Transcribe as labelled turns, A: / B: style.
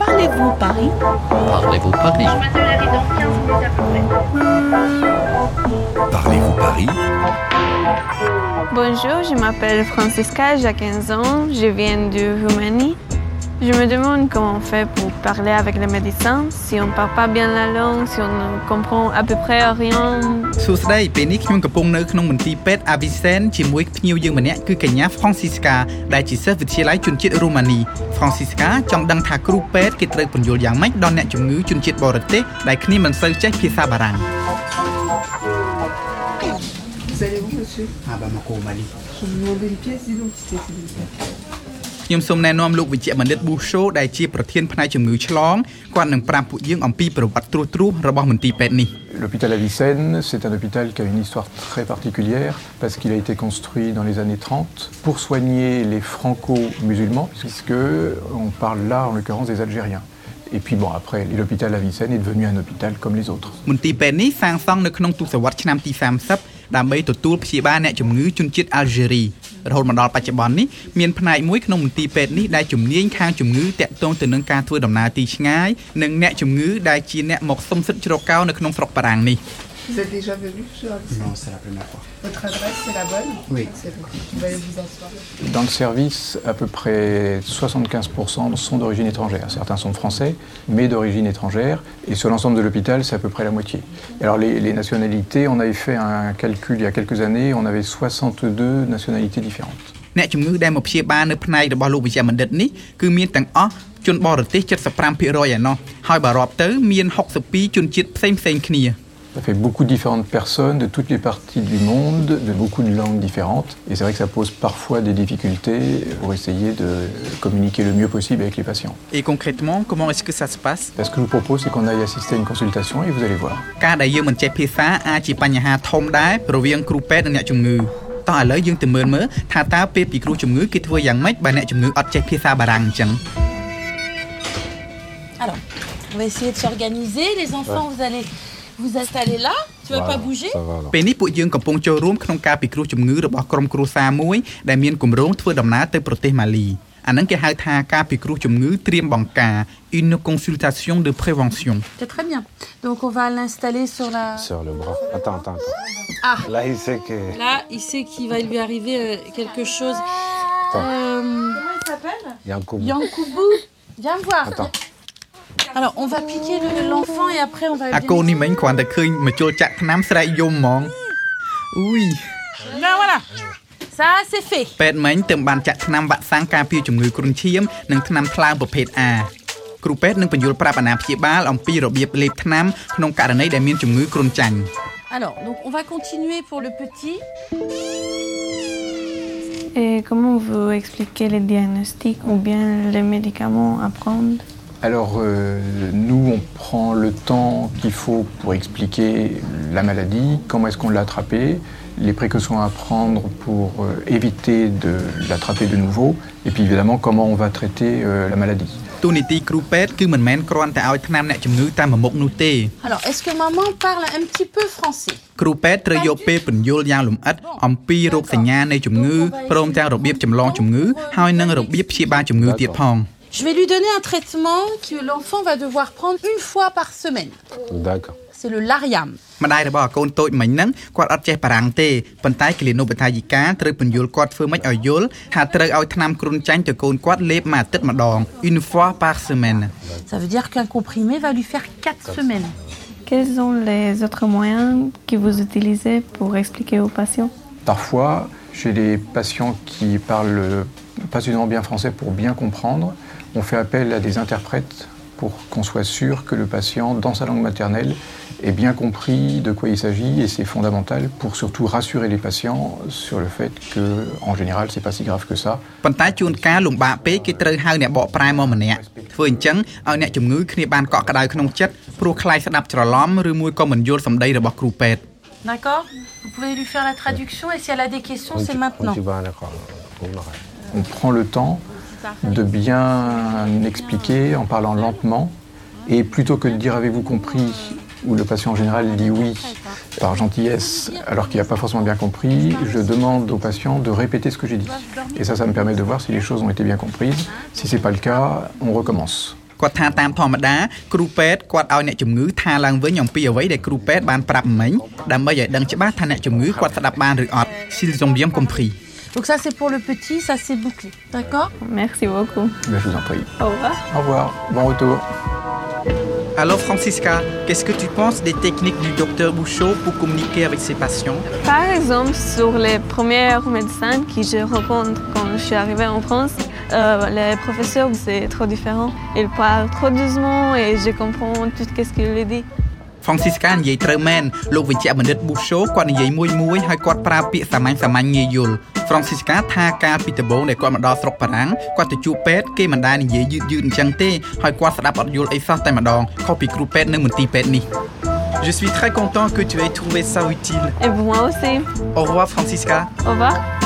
A: Parlez-vous Paris
B: Parlez-vous Paris
C: Parlez-vous Paris
D: Bonjour, je m'appelle Francisca, j'ai 15 ans, je viens de Roumanie. Je me demande comment on fait pour parler avec les médecins, si on ne parle pas bien la langue, si on ne comprend à peu près rien.
E: សួស្តីពេលនេះខ្ញុំកំពុងនៅក្នុងមន្ទីរពេទ្យ Avicen ជាមួយភ្ញៀវយើងម្នាក់គឺកញ្ញា Francisca ដែលជាសិស្សវិទ្យាល័យជនជាតិរូម៉ានី Francisca ចង់ដឹងថាគ្រូពេទ្យគេត្រូវពន្យល់យ៉ាងម៉េចដល់អ្នកជំងឺជនជាតិបរទេសដែលគ្នាមិនសូវចេះភាសាបារាំង
F: Vous allez où, monsieur
G: Ah bah Mako au Mali.
F: Je vais vous demander une pièce d'identité, s'il vous plaît.
E: ខ្ញុំសូមណែនាំលោកវិជ្ជបណ្ឌិតប៊ូសូដែលជាប្រធានផ្នែកជំងឺឆ្លងគាត់នឹងប្រាប់ពួកយើងអំពីប្រវត្តិត្រួសត្រាសរបស់មន្ទីរពេទ្យនេះ
H: L'hôpital Avicenne, c'est un hôpital qui a une histoire très particulière parce qu'il a été construit dans les années 30 pour soigner les franco-musulmans, puisque on parle là en l'occurrence des Algériens. Et puis bon, après, l'hôpital Avicenne est devenu un hôpital comme les autres.
E: មន្ទីរពេទ្យនេះសាងសង់នៅក្នុងទសវត្សរ៍ឆ្នាំទី30ដើម្បីទទួលព្យាបាលអ្នកជំងឺជនជាតិអាល់ហ្សេរីរហូតមកដល់បច្ចុប្បន្ននេះមានផ្នែកមួយក្នុងមន្ទីរពេទ្យនេះដែលជំនាញខាងជំងឺតាក់ទងទៅនឹងការធ្វើដំណើរទីឆ្ងាយនិងអ្នកជំងឺដែលជាអ្នកមកសុំសិទ្ធិជ្រកកោននៅក្នុងស្រុកបារាំងនេះ
F: Vous êtes déjà venu, monsieur Ravissant
G: Non, c'est la première fois.
F: Votre adresse, c'est la bonne
G: Oui.
F: C'est bon. Vous allez vous asseoir.
H: Dans le service, à peu près 75% sont d'origine étrangère. Certains sont français, mais d'origine étrangère. Et sur l'ensemble de l'hôpital, c'est à peu près la moitié. Alors les, les nationalités, on avait fait un calcul il y a quelques années, on avait 62 nationalités différentes.
E: អ្នកជំងឺដែលមកព្យាបាលនៅផ្នែករបស់លោកវិជ្ជបណ្ឌិតនេះគឺមានទាំងអស់ជនបរទេស75%ឯណោះហើយបើរាប់ទៅមាន62ជនជាតិផ្សេងៗគ្នា
H: Ça fait beaucoup de différentes personnes de toutes les parties du monde, de beaucoup de langues différentes. Et c'est vrai que ça pose parfois des difficultés pour essayer de communiquer le mieux possible avec les patients.
E: Et concrètement comment est-ce que ça se passe
H: Là, Ce que je vous propose, c'est qu'on aille assister à une consultation et vous allez voir.
E: ការដែលយើងមិនចេះភាសាអាចជាបញ្ហាធំដែររវាងគ្រូពេទ្យនិងអ្នកជំងឺតោះឥឡូវយើងទៅមើលមើលថាតើពេលពីគ្រូជំងឺគេធ្វើយ៉ាងម៉េចបើអ្នកជំងឺអត់ចេះភាសាបារាំងអញ្ចឹង
A: Alors, on va essayer de s'organiser. Les enfants, vous allez vous installer là. Tu veux pas bouger
E: ពេលនេះពួកយើងកំពុងចូលរួមក្នុងការពិគ្រោះជំងឺរបស់ក្រុមគ្រួសារមួយដែលមានគម្រោងធ្វើដំណើរទៅប្រទេសម៉ាលីអាហ្នឹងគេហៅថាការពិគ្រោះជំងឺត្រៀមបង្ការ une consultation de prévention
A: C'est très bien. Donc, on va l'installer sur la.
G: Sur le bras. Attends, attends, attends.
A: Ah.
G: Là, il sait que.
A: Là, il sait qu'il va lui arriver euh, quelque chose. Euh,
G: Il y a un coup.
A: Yankoubou, viens me voir.
G: Attends.
A: Alors, on va piquer le- l'enfant et après, on va.
E: អាកូននេះមិញគ្រាន់តែឃើញមកជុលចាក់ថ្នាំស្រែកយំហ្មងអ៊ុយ
A: Là, Ben voilà. Ça, c'est fait.
E: ពេទ្យមិញទើបបានចាក់ថ្នាំវ៉ាក់សាំងការពារជំងឺគ្រុនឈាមនិងថ្នាំថ្លើមប្រភេទ A គ្រូពេទ្យនឹងបញ្យល់ប្រាប់អាណាព្យាបាលអំពីរបៀបលេបថ្នាំក្នុងករណីដែលមានជំងឺគ្រុនចាញ់
A: Alors, donc, on va continuer pour le petit.
D: Et comment vous expliquez les diagnostics ou bien les médicaments à prendre
H: Alors, euh, nous, on prend le temps qu'il faut pour expliquer la maladie, comment est-ce qu'on l'a attrapée, les précautions à prendre pour euh, éviter de l'attraper de nouveau, et puis évidemment comment on va traiter euh, la maladie.
E: ទូនីតិគ្រូពេទ្យគឺមិនមែនគ្រាន់តែឲ្យថ្នាំអ្នកជំងឺតាមមួយមុខនោះទេ
A: Alors, est-ce que maman parle un petit peu français
E: គ្រូពេទ្យត្រូវយកពេលពន្យល់យ៉ាងលម្អិតអំពីរោគសញ្ញានៃជំងឺព្រមទាំងរបៀបចម្លងជំងឺហើយនិងរបៀបព្យាបាលជំងឺទៀតផង
A: Je vais lui donner un traitement que l'enfant va devoir prendre une fois par semaine.
G: D'accord.
A: C'est le lariam.
E: ម្ដាយរបស់អាកូនតូចមិញហ្នឹងគាត់អត់ចេះបារាំងទេប៉ុន្តែគលានុបដ្ឋាយិកាត្រូវពន្យល់គាត់ធ្វើម៉េចឲ្យយល់ថាត្រូវឲ្យថ្នាំគ្រុនចាញ់ទៅកូនគាត់លេបមួយអាទិត្យម្ដង une fois par semaine
A: Ça veut dire qu'un comprimé va lui faire 4 semaines.
D: Quels sont les autres moyens que vous utilisez pour expliquer aux patients
H: Parfois, chez les patients qui parlent euh, pas suffisamment bien français pour bien comprendre, on fait appel à des interprètes pour qu'on soit sûr que le patient, dans sa langue maternelle, ait bien compris de quoi il s'agit et c'est fondamental pour surtout rassurer les patients sur le fait que, en général, c'est pas si grave que ça.
E: ប៉ុន្តែជួនកាលលំបាកពេកគេត្រូវហៅអ្នកបកប្រែមកម្នាក់ធ្វើអញ្ចឹងឲ្យអ្នកជំងឺគ្នាបានកក់ក្ដៅក្នុងចិត្តព្រោះខ្លាចស្ដាប់ច្រឡំឬមួយក៏មិនយល់សម្ដីរបស់គ្រូពេទ្យ
A: D'accord Vous pouvez lui faire la traduction et si elle a des questions, c'est maintenant.
H: On prend le temps de bien expliquer en parlant lentement. Et plutôt que de dire avez-vous compris, où le patient en général dit oui par gentillesse, alors qu'il n'a pas forcément bien compris, je demande au patient de répéter ce que j'ai dit. Et ça, ça me permet de voir si les choses ont été bien comprises. Si ce n'est pas le cas, on recommence.
E: គាត់ថាតាមធម្មតាគ្រូពេទ្យគាត់ឲ្យអ្នកជំងឺថាឡើងវិញអំពីអ្វីដែលគ្រូពេទ្យបានប្រាប់មិញដើម្បីឲ្យដឹងច្បាស់ថាអ្នកជំងឺគាត់ស្ដាប់បានឬអត់ s'ils ont bien compris
A: Donc ça c'est pour le petit, ça c'est bouclé. D'accord
D: Merci beaucoup.
H: Mais je vous en prie.
D: Au revoir.
H: Au revoir. Bon retour.
E: Alors Francisca, qu'est-ce que tu penses des techniques du docteur Bouchot pour communiquer avec ses patients
D: Par exemple, sur les premiers médecins que je rencontre quand je suis arrivée en France, euh, les professeurs, c'est trop différent. Ils parlent trop doucement et je comprends tout ce qu'ils disent.
E: Francisca និយាយត្រូវមែនលោកវិជ្ជបណ្ឌិត Bouchot គាត់និយាយមួយមួយហើយគាត់ប្រើពាក្យសាមញ្ញសាមញ្ញងាយយល់ Francisca ថាការពីដំបូងដែលគាត់មកដល់ស្រុកបារាំងគាត់ទៅជួបពេទ្យគេមិនដែលនិយាយយឺតយឺតអញ្ចឹងទេហើយគាត់ស្ដាប់អត់យល់អីសោះតែម្ដងខុសពីគ្រូពេទ្យនៅមន្ទីរពេទ្យនេះ Je suis très content que tu aies trouvé ça utile.
D: Et moi aussi.
E: Au revoir Francisca.
D: Au revoir.